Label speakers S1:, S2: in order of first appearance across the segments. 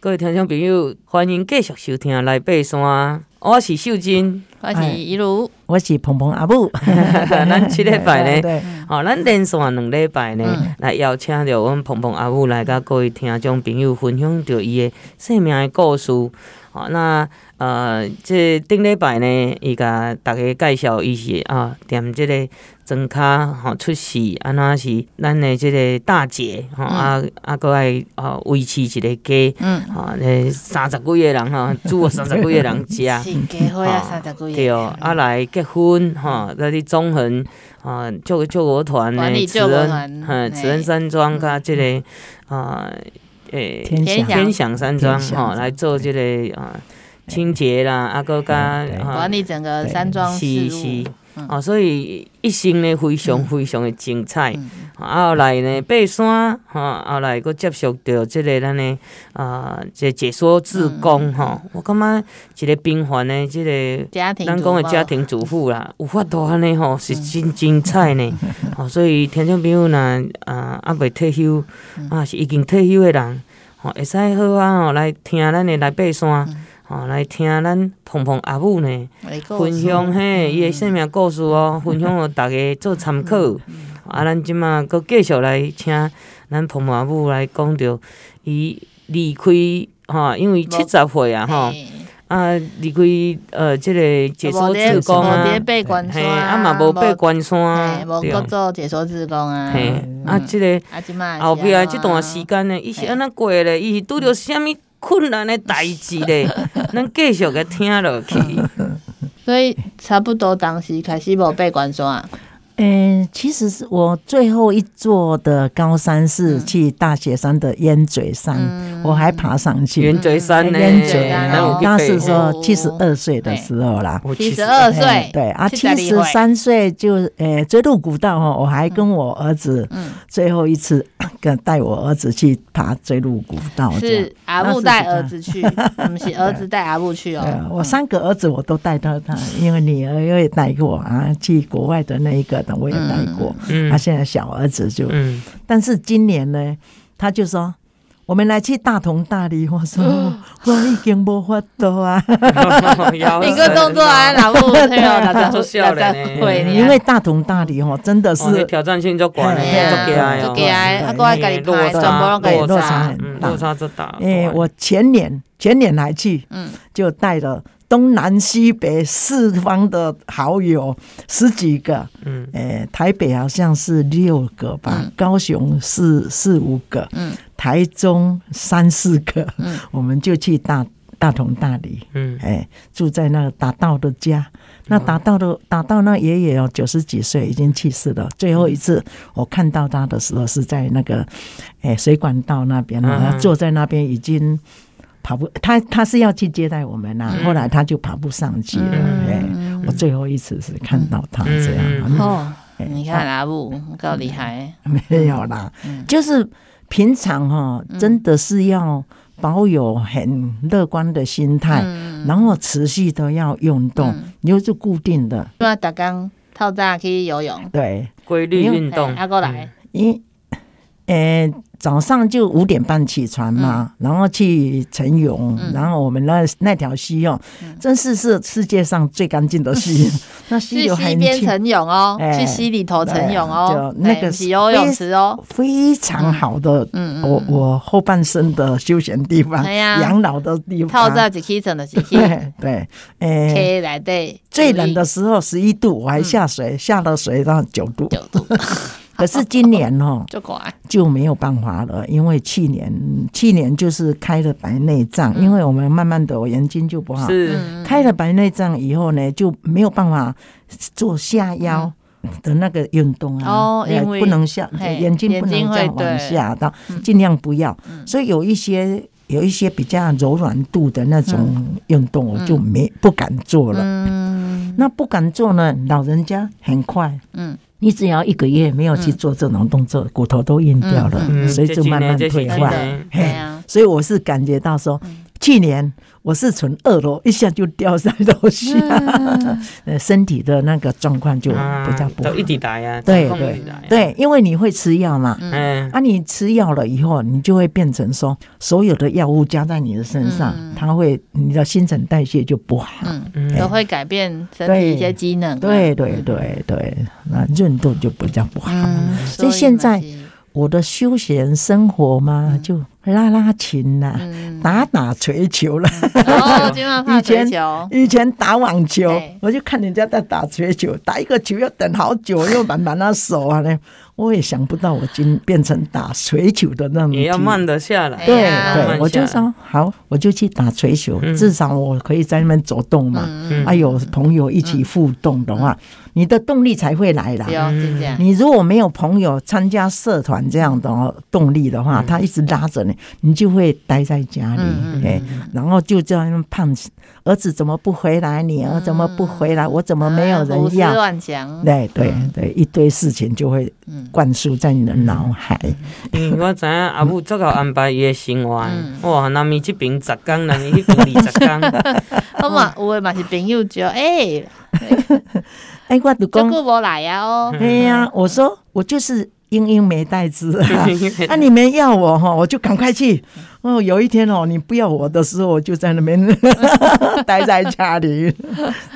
S1: 各位听众朋友，欢迎继续收听《来爬山》，我是秀珍。
S2: 我是一如，
S3: 我是鹏鹏阿母，
S1: 咱这礼拜呢，
S3: 对，
S1: 哦，咱连续两礼拜呢
S2: 嗯，
S1: 来邀请到阮鹏鹏阿母来甲各位听众朋友分享着伊的生命的故事。哦，那呃，这顶礼拜呢，伊甲大家介绍伊是啊，踮即个庄卡吼出世，安那是咱的即个大姐吼、啊啊，搁爱啊维持一个家。
S2: 嗯，
S1: 吼，那三十几个人吼，煮了三十几个人食，
S2: 是结婚啊
S1: 哦
S2: 三十几年，
S1: 对哦，啊来结婚吼，那伫中恒啊救救国团
S2: 管
S1: 呢，
S2: 理
S1: 慈
S2: 救国
S1: 恩
S2: 团
S1: 嗯，
S2: 嘿
S1: 慈恩山庄甲即个啊诶
S3: 天
S2: 天
S3: 祥
S2: 祥
S1: 天祥山庄
S3: 天祥
S1: 吼来做即个啊清洁啦，啊个甲
S3: 嗯对
S2: 管
S1: 啊
S2: 理整个山庄事
S1: 是
S2: 务
S1: 是，
S2: 嗯
S1: 哦，所以一生呢非常非常的精彩。
S2: 嗯
S1: 啊，后来呢，爬山，吼、后来佫接触到即个咱的啊，即、个解说志
S2: 嗯
S1: 工，吼、我感觉一个平凡的即、个。
S2: 家庭
S1: 咱
S2: 主嗯
S1: 讲的
S2: 妇
S1: 家，庭主妇啦，有法度安尼吼，是真精彩 呢。吼、所以听众朋友若啊，啊未退休，
S2: 嗯
S1: 啊是已经退休的人，吼、会使好啊吼来听咱的来爬山，
S2: 嗯
S1: 吼、来听咱鹏鹏阿母呢。
S2: 来告
S1: 分
S2: 诉
S1: 享嘿，伊的生命故事
S2: 嗯
S1: 哦，分享互大家做参考。啊，咱即马阁继续来请咱彭妈母来讲着伊离开吼、因为七十岁啊吼，
S2: 嘿
S1: 啊离开呃即、个解说志工
S2: 无
S1: 啊
S2: 在，爬关
S1: 嘿，
S2: 山
S1: 啊嘛无爬关山
S2: 嘿
S1: 啊
S2: 无，
S1: 对
S2: 搁，做解说志工啊，
S1: 嘿，啊即、个
S2: 啊，即啊嘛
S1: 后壁的即段时间呢，伊是
S2: 嘿
S1: 安怎过咧？伊是拄着啥物困难的代志 咧？咱继续个听落去。
S2: 所以差不多当时开始无爬关山，
S3: 嗯，其实是我最后一座的高山是去大雪山的烟嘴山，
S2: 嗯
S3: 我还爬上去
S1: 圆。嘴山呢，
S3: 烟
S2: 嘴山
S1: 咱有
S2: 哦
S1: 去爬
S3: 那是
S1: 过
S3: 说
S2: 哦
S3: 七十二岁的时候啦。
S1: 我
S2: 七
S1: 其
S2: 十
S1: 实
S2: 二
S3: 哎
S2: 岁，
S3: 对啊，
S2: 七十
S3: 七
S2: 二
S3: 十
S2: 岁
S3: 三岁就呃追鹿古道哈，我还跟我儿子
S2: 嗯
S3: 最后一次 跟带我儿子去爬追鹿古道，这样
S2: 是阿
S3: 那
S2: 布
S3: 是
S2: 带
S3: 比较
S2: 儿子 去，
S1: 啊
S2: 我们是儿子带阿布去
S3: 对啊
S2: 哦，，
S3: 我三个儿子我都带 到他，因为女儿也带过啊，去国外的那一个的我也带过。
S1: 嗯
S3: 他、现在小儿子就，
S1: 嗯，
S3: 但是今年呢，他就说。我们来去大同大理，我说
S1: 嗯
S3: 我已经无法 度啊，
S2: 你个动作啊，
S1: 啊，
S2: 老布对哦，老
S1: 做
S2: 张
S1: 笑
S2: 老
S1: 脸
S2: 张
S1: 呢
S2: 会你啊，
S3: 因为大同大理哦，真的是
S1: 哎哦那挑战性足悬
S3: 嘿
S1: 诶，足
S3: 嘿
S1: 低
S3: 啊
S1: 诶，
S3: 足
S2: 做
S3: 高
S2: 给
S3: 的
S2: 啊，啊，我爱家己拍，
S1: 落
S2: 全部
S1: 差
S2: 拢家己
S3: 落差
S2: 拍
S3: 很。
S1: 嗯，
S3: 大
S1: 落差足大。
S3: 哎、我前年前年还去，
S2: 嗯
S3: 就带了东南西北四方的好友十几个，
S1: 嗯
S3: 哎，台北好像是六个吧，
S2: 嗯
S3: 高雄四四五个，
S2: 嗯
S3: 台中三四个，
S2: 嗯
S3: 我们就去大大同大理，
S1: 嗯
S3: 哎，住在那个达道的家。那达道的达道那爷爷哦，九十几岁已经去世了。最后一次我看到他的时候是在那个，哎，水管道那边
S1: 嗯
S3: 啊，他坐在那边已经跑不，他他是要去接待我们呐、
S1: 嗯
S3: 后来他就爬不上去了。哎，
S2: 嗯，
S3: 我最后一次是看到他这样，
S1: 嗯
S2: 哦，
S3: 哎
S2: 你看阿布够厉害，
S3: 没有啦，
S2: 嗯
S3: 就是平常哈、真的是要保有很乐观的心态，
S2: 嗯，
S3: 然后持续的要运动，
S2: 嗯
S3: 你又是固定的，
S2: 对啊，逐工透早去游泳，
S3: 对，
S1: 规律运动，
S2: 阿哥来，
S3: 因呃早上就五点半起床嘛，然后去晨泳，
S2: 嗯
S3: 然后我们那那条溪哦，
S2: 嗯
S3: 真是是世界上最干净的 溪，那溪
S2: 去
S3: 流
S2: 溪
S3: 很
S2: 边
S3: 清
S2: 晨泳哦，
S3: 哎
S2: 去溪里头晨泳哦，
S3: 对啊就那
S2: 对
S3: 个
S2: 不是游泳池哦，
S3: 非常好的，
S2: 嗯
S3: 我
S2: 嗯，
S3: 我后半生的休闲地方，
S2: 哎呀
S3: 养老的地
S2: 透早
S3: 方。
S2: 一起床就是去
S3: 对对，诶，
S2: 溪内底，
S3: 最冷的时候十一度，我还下水，下了水到九度。
S2: 嗯九度，
S3: 可是今年哦
S2: 就乖，
S3: 就没有办法了，因为去年去年就是开了白内障，因为我们慢慢的我眼睛就不好，
S1: 是
S2: 嗯，
S3: 开了白内障以后呢，就没有办法做下腰的那个运动啊，
S2: 嗯哦
S3: 也
S2: 因为
S3: 不能下
S2: 嘿
S3: 眼睛不能
S2: 眼睛
S3: 这
S2: 会
S3: 样往
S2: 对
S3: 下到
S2: 嗯，
S3: 尽量不要。
S2: 嗯
S3: 所以有一些有一些比较柔软度的那种运动，我就没不敢做了。
S2: 嗯
S3: 那不敢做呢，老人家很快。
S2: 嗯，
S3: 你只要一个月没有去做这种动作，骨头都硬掉了，
S1: 嗯
S3: 所以就慢慢
S1: 这是
S3: 退
S1: 真
S3: 化
S1: 的。嗯
S2: 对啊，
S3: 所以我是感觉到说，去年我是从二楼一下就掉在楼下，呃， 身体的那个状况就比较不好。
S1: 都一直来嗯啊，掌
S3: 对
S1: 控
S3: 对
S1: 一直来啊，
S3: 对，因为你会吃药嘛，
S1: 嗯，
S3: 啊，你吃药了以后，你就会变成说，所有的药物加在你的身上，
S2: 嗯
S3: 它会你的新陈代谢就不好。
S2: 嗯，
S1: 嗯
S2: 都会改变身体一些机能啊。
S3: 对对对对，那润度就比较不好。
S2: 嗯，
S3: 所以现在
S2: 嘛是
S3: 我的休闲生活嘛，
S1: 嗯
S3: 就拉拉琴啦、
S2: 嗯，
S3: 打打锤球啦。
S2: 然后今晚怕
S3: 以前
S2: 追
S1: 嗯
S2: 求，
S3: 以前打网球
S2: 对，
S3: 我就看人家在打锤球，打一个球要等好久，又慢慢那手啊 呢，我也想不到我今变成打锤球的那么
S1: 也要慢得下来，
S3: 对
S2: 哎呀
S1: 慢
S3: 对，我
S1: 下来，
S3: 就说好，我就去打锤球，
S1: 嗯
S3: 至少我可以在那边走动嘛。
S1: 嗯
S2: 嗯，
S3: 啊，有朋友一起互动的话，你的动力才会来啦
S2: 对。哦，真这样，
S3: 你如果没有朋友参加社团这样的哦动力的话，他一直拉着你，你就会待在家里
S2: 嗯嗯嗯，
S3: 哎，然后就这样胖死。儿子怎么不回来？女儿怎么不回来？我怎么没有
S2: 嗯啊胡
S3: 人
S2: 思
S3: 要？
S2: 乱想，
S3: 对对
S2: 嗯
S3: 对，一堆事情就会
S2: 嗯
S3: 灌输在你的脑海。
S1: 因为我知影阿母足够安排伊的生活的
S2: 嗯，
S1: 哇，那咪即边十工，那咪迄边二十工，
S2: 我嘛有的嘛是朋友就哎，
S3: 哎，我
S2: 这
S3: 就讲，
S2: 久无来啊哦，
S3: 哎呀，我说我就是英英没 带资、啊。
S1: 因
S3: 啊，你们要我哈，我就赶快去。哦，有一天哦，你不要我的时候，我就在那边 待在家里。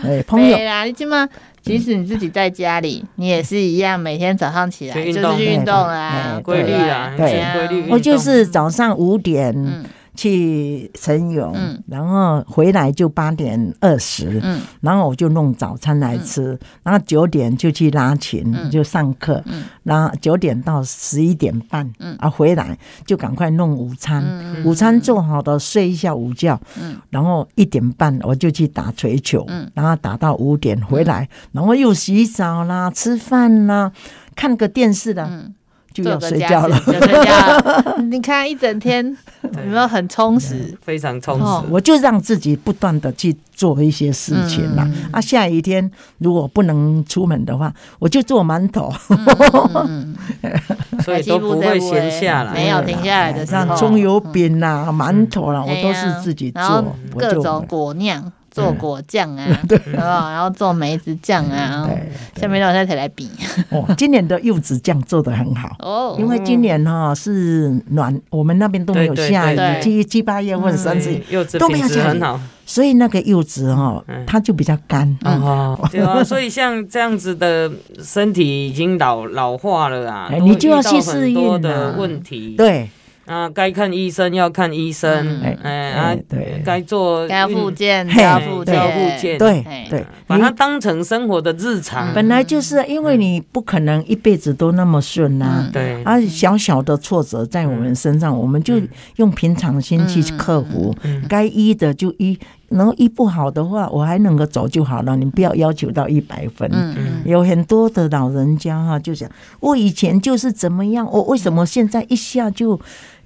S3: 哎，朋友嗯
S2: 对，啦，你起码即使你自己在家里，你也是一样，每天早上起来
S1: 去运
S2: 就
S1: 动
S2: 是去运动啦
S3: 对
S1: 规
S3: 对，
S1: 律啦
S2: 对
S3: 对
S2: 啊
S1: 规律运动
S3: 我就是早上五点
S2: 嗯
S3: 去晨泳，
S2: 嗯
S3: 然后回来就八点二十，
S2: 嗯
S3: 然后我就弄早餐来吃，然后九点就去拉琴，就上课，
S2: 嗯
S3: 然后九点到十一点半，
S2: 嗯
S3: 啊，回来就赶快弄午餐，
S2: 嗯
S3: 午餐做好了睡一下午觉，
S2: 嗯
S3: 然后一点半我就去打锤球，
S2: 嗯
S3: 然后打到五点回来，然后又洗澡啦、吃饭啦、看个电视啦，
S2: 嗯，
S3: 就
S2: 做
S3: 要
S2: 个
S3: 睡
S2: 家
S3: 觉
S2: 事
S3: 了。
S2: 就睡觉 了。你看一整天有没有很充实？
S1: 非常充
S2: 哦
S1: 实。
S3: 我就让自己不断的去做一些事情啦。
S2: 嗯
S3: 啊，下雨天如果不能出门的话，我就做馒头，
S2: 嗯，
S1: 所以都不会闲下来。嗯
S2: 没有停下来的时
S3: 像
S2: 候，
S3: 葱油饼啦、馒头啦，我都是自己
S2: 啊嗯哎呀然
S3: 做
S2: 后，
S3: 我
S2: 各
S3: 就嗯
S2: 种果酿。做果酱 啊，对吧？然后做梅子酱
S3: 嗯
S2: 啊，下面让我再起来比
S3: 哦，今年的柚子酱做的很好。
S2: 哦。
S3: 因为今年哈、是暖，我们那边都没有
S1: 对对
S3: 下雨
S2: 对，
S3: 七七八月或者三四月
S1: 对，柚子
S3: 都没
S1: 品
S3: 有
S1: 质
S3: 下雨
S1: 很好，
S3: 所以那个柚子哈、
S1: 嗯
S3: 它就比较干。
S2: 嗯
S1: 哦， 对啊，所以像这样子的身体已经老老化了啊，
S3: 哎
S1: 都
S3: 你就要
S1: 遇到
S3: 去适
S1: 很
S3: 应
S1: 多
S3: 啊
S1: 的问题，
S3: 对，
S1: 啊，该看医生要看医生，
S3: 哎
S1: 哎
S3: 哎
S1: 啊，
S3: 对
S1: 该做
S2: 该要复
S1: 运
S2: 健，
S3: 嘿
S2: 要复
S1: 对
S2: 健，
S1: 要复健
S3: 对
S2: 哎
S3: 对，嗯
S1: 把它当成生活的日常，
S3: 本来就是因为你不可能一辈子都那么顺呐、
S2: 嗯
S1: 对，
S3: 啊，小小的挫折在我们身上，我们就用平常心去克服
S1: 嗯嗯嗯，
S3: 该医的就医，然后医不好的话，我还能够走就好了，你不要要求到一百分。
S2: 嗯嗯
S3: 有很多的老人家哈、就想我以前就是怎么样，我为什么现在一下就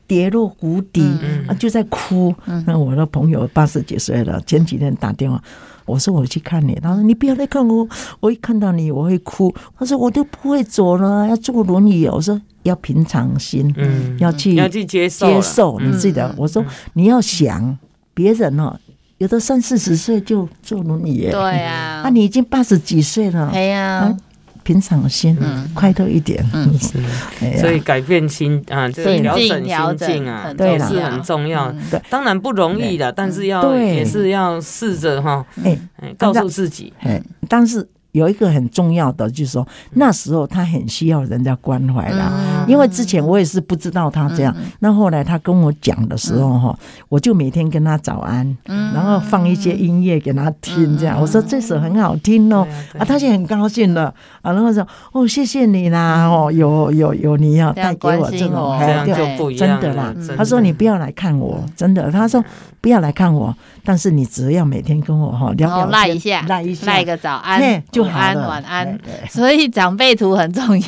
S3: 跌落谷底、
S1: 嗯
S3: 啊，就在哭。那我的朋友八十几岁了，前几天打电话，我说我去看你，他说你不要来看我，我一看到你我会哭。他说我都不会走了，要坐轮椅哦。我说要平常心，
S1: 嗯，
S3: 要去
S1: 要去接受啦，啊
S3: 接受你自己的。
S2: 嗯
S3: 我说你要想别人哦，有的三四十岁就坐轮椅耶，
S2: 对啊，
S3: 啊，你已经八十几岁了，
S2: 哎呀
S3: 啊，平常心，
S2: 嗯
S3: 快乐一点。嗯， 哎呀
S1: 所以改变心啊，就是
S3: 对
S1: 调整
S2: 心境调
S1: 心
S2: 整
S1: 境啊，
S2: 很
S1: 都
S3: 重
S1: 是
S2: 要
S1: 很重要
S2: 嗯
S3: 对。
S1: 当然不容易的，但是要
S3: 对
S1: 也是要试着哈，
S3: 哎
S1: 哎告诉自己，
S3: 哎，但是有一个很重要的，就是说那时候他很需要人家关怀啦。
S2: 嗯
S3: 因为之前我也是不知道他这样，那后来他跟我讲的时候哈，我就每天跟他早安，
S2: 嗯
S3: 然后放一些音乐给他听，这样我说这首很好听哦
S1: 对啊，对
S3: 啊，他就很高兴了啊，然后说哦谢谢你啦，哦有有有你要
S2: 这样
S3: 带给我这
S2: 关心我
S3: 种，
S1: 这
S3: 哎
S1: 样
S3: 对
S1: 就不一
S3: 真
S1: 样
S3: 的
S1: 了
S3: 啦。
S1: 真的嗯
S3: 他说你不要来看我，真的。他说不要来看我，但是你只要每天跟我哈聊
S2: 然后
S3: 聊
S2: 哦赖
S3: 天
S2: 一下，
S3: 赖一下，
S2: 赖个早安
S3: 嘿，就就
S2: 午
S3: 好
S2: 安、
S3: 了哎
S2: 晚安，
S3: 对对
S2: 所以长辈图很重要。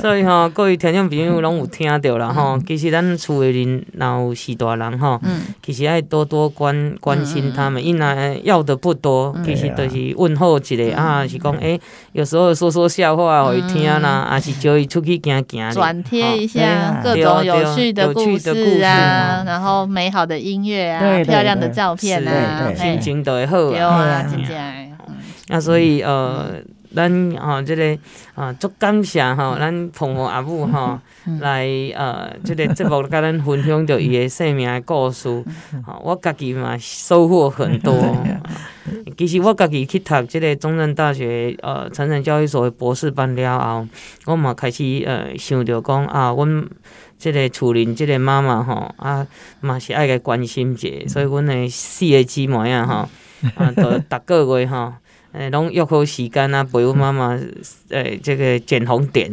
S1: 所以吼、各位听众朋友拢有听到啦吼、
S3: 嗯
S1: 其实咱厝的人，若有是大人吼、
S2: 嗯
S1: 其实爱多多关关心他
S3: 嗯
S1: 们，因若要的不多，其实都是问候一下啊，是
S3: 嗯
S1: 讲诶、有时候说说笑话互伊听啦，啊是招伊出去行行咧。
S2: 转贴一
S3: 对
S2: 下
S3: 啊
S2: 各
S1: 对啊
S2: 种
S1: 对啊
S2: 有趣的
S1: 有趣
S2: 故
S1: 的
S2: 事
S1: 故事
S2: 啊
S1: 啊，
S2: 然后美好的音乐
S3: 对
S2: 啊，
S3: 对
S2: 漂亮的
S3: 对
S2: 照片啊，
S3: 是对
S1: 心
S2: 嘿
S1: 情就会好
S2: 对
S1: 啊。
S2: 啊，
S3: 嗯
S2: 真正的。嗯
S1: 啊，所以呃，咱吼即个啊，足感谢吼，咱澎湖阿母吼来呃，即个节目甲咱分享着伊的生命的故事， 吼，哦我家己嘛收获很 多。其实我家己去读即个中正大学呃成人教育所的博士班了后，我嘛开始呃想着讲啊，阮即个厝邻即个妈妈吼啊，嘛是爱甲关心者，所以阮的四个姊妹啊吼，啊，都逐个月吼。 诶，拢约好时间啊，陪阮妈妈诶，这个剪红点，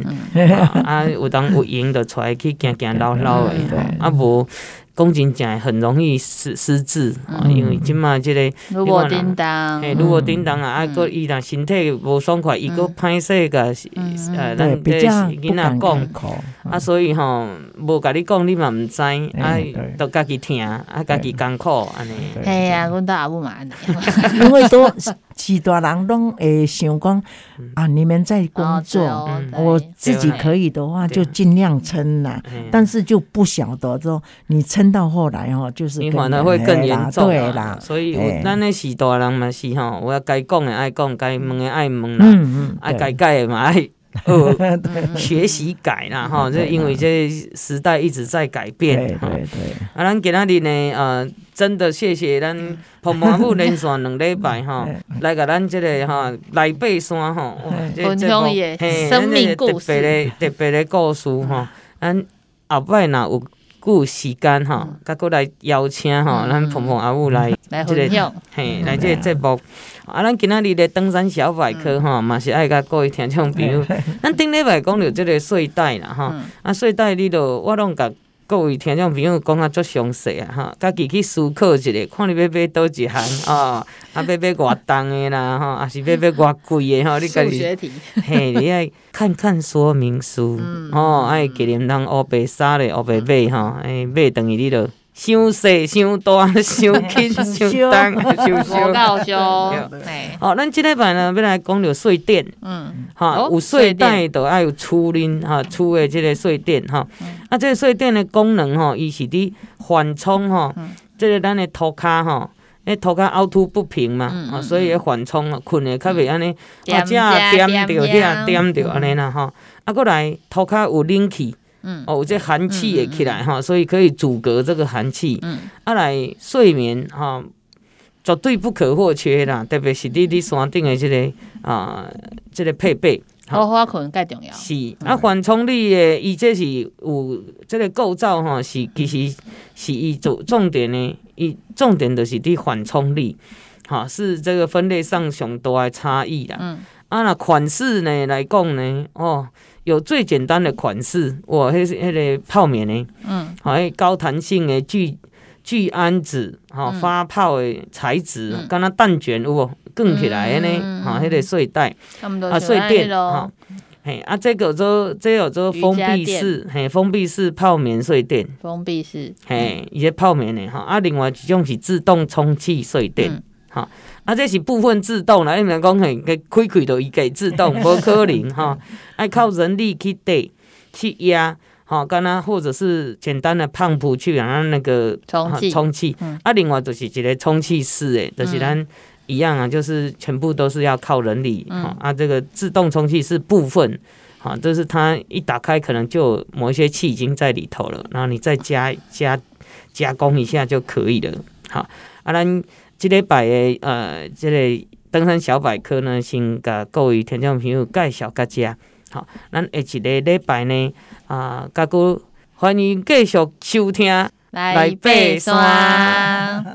S1: 啊，啊有当有闲就带伊去行行绕绕的，啊无讲真正很容易失失智，啊，因
S3: 嗯
S1: 为即马即个
S2: 如果叮当，
S1: 诶，如果叮当啊，啊，
S3: 嗯
S1: 搁伊若身体无爽快，伊搁歹势甲呃，
S3: 嗯对，
S1: 咱
S3: 比
S1: 这是
S3: 较不
S1: 囡仔
S3: 敢开
S1: 讲。
S3: 口。
S1: 啊，所以吼，无甲你讲，你嘛毋知，啊
S3: 对对，
S1: 都家己听，啊，家己艰苦安尼。
S3: 对
S2: 哎呀，阮兜阿母嘛安尼，
S3: 因为都 许多人拢会想讲
S1: 嗯
S3: 啊，你们在工作，嗯
S2: 哦对哦
S3: 我
S2: 对
S3: 自己可以的话
S1: 对嗯
S3: 就尽量撑啦。
S1: 嘿
S3: 但是就不晓得说你撑到后来哦，就是
S1: 你反而会更严重啊，
S3: 哎啦对啦。
S1: 所以有
S3: 哎
S1: 咱的时代人嘛是吼，我该讲的爱讲，该问的爱问啦，
S3: 嗯
S1: 啊
S3: 嗯，
S1: 该
S3: 对
S1: 改的嘛爱学
S2: 嗯嗯
S1: 学习改啦吼，这因为这时代一直在改变
S3: 对
S1: 吼。
S3: 对对，
S1: 啊，咱今仔日呢，呃，真的谢谢咱彭妈母连续两礼拜吼，来甲咱即个吼来爬山吼，哇这
S2: 分
S1: 这
S2: 享
S1: 个
S2: 伊的
S1: 嘿
S2: 生
S1: 咱这个
S2: 命故
S1: 特别的特别的故事吼，咱后摆若有有时间吼，
S2: 嗯
S1: 甲过来邀请吼，咱彭彭阿母来
S2: 来
S1: 这个
S2: 分享，嗯
S1: 嘿，来这个节目，啊，咱今仔日的登山小百
S2: 嗯
S1: 科吼，嘛是爱甲各位听众朋友，咱顶礼拜讲到即个睡袋啦吼
S2: 嗯，
S1: 啊睡袋你都我拢甲各位听众朋友讲啊足详细啊哈，家己去思考一下，看你要买倒一项哦，啊要买偌重的啦吼，啊是要买偌贵的啊吼，你家
S2: 数
S1: 己。
S2: 学题，
S1: 嘿，你爱看看说明书，
S2: 嗯
S1: 哦，爱给恁人黑白沙咧，黑白买吼，哎，买等于你着伤细、伤大、伤轻、伤 重、伤
S2: 我
S1: 小。
S2: 告修，哎，
S1: 哦，咱即礼拜呢要来讲着睡垫，
S2: 嗯，
S1: 哈，
S2: 哦
S1: 有睡
S2: 睡
S1: 袋着爱有厝恁哈，厝的即个睡垫哈。
S2: 嗯
S1: 啊，即个睡垫的功能吼，伊是伫缓冲吼，
S2: 嗯
S1: 即个咱的涂骹吼。迄涂骹凹凸不平嘛，
S2: 嗯
S1: 啊，
S2: 嗯
S1: 所以会缓冲啊，困的较袂安尼啊，
S2: 点
S1: 遮也
S2: 点
S1: 点着，
S2: 点
S1: 遐也点着安尼啦吼。啊，过来涂骹有冷气，
S2: 嗯
S1: 哦，有这寒气会起来吼，所以可以阻隔这个寒气。
S2: 嗯
S1: 啊，来睡眠吼，绝对不可或缺啦，特别是你你山顶的即个啊，即个配备。
S2: 好好困较重要，
S1: 是
S2: 嗯
S1: 啊，缓冲力的伊这是有这个构造吼，是其实是伊重重点呢，伊重点就是伫缓冲力，哈，是这个分类上上大的差异啦。
S2: 嗯
S1: 啊，那款式呢来讲呢，哦，有最简单的款式，哇，迄是迄个泡棉呢，
S2: 嗯
S1: 好、迄高弹性的聚聚氨酯，吼、
S2: 嗯
S1: 发泡的材质
S2: 嗯，
S1: 敢若蛋卷有无？卷起来的呢，吼、迄、个睡袋。
S2: 他们都
S1: 啊，
S2: 喜
S1: 睡
S2: 欢
S1: 垫
S2: 那
S1: 哈
S2: 种，
S1: 嘿啊，这个做这个做封闭式，嘿，封闭式泡棉睡垫，
S2: 封闭式，
S1: 嘿，
S2: 嗯
S1: 伊个泡棉的哈，啊，另外一种是自动充气睡
S2: 嗯
S1: 垫，哈、啊，这是部分自动啦，你们讲嘿，开开都伊给自动，无可 能哈，爱、靠人力去带去压。吼，刚刚或者是简单的胖脯去让它那个
S2: 充气
S1: 啊充气
S2: 嗯，
S1: 啊，另外就是一个充气式诶，就是咱一样啊，就是全部都是要靠人力
S2: 嗯
S1: 啊。啊，这个自动充气是部分，啊，就是它一打开可能就有某一些气已经在里头了，然后你再加加加工一下就可以了。好，啊，咱这礼拜的呃，这个登山小百科呢，先甲各位听众朋友介绍到遮。好，咱下一个礼拜呢，啊、甲佮欢迎继续收听。
S2: 来爬山。